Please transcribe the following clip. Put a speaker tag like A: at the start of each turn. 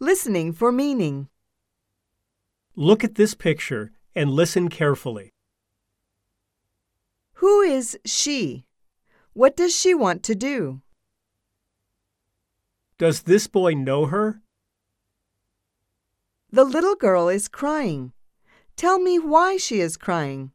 A: Listening for meaning.
B: Look at this picture and listen carefully.
A: Who is she? What does she want to do?
B: Does this boy know her?
A: The little girl is crying. Tell me why she is crying.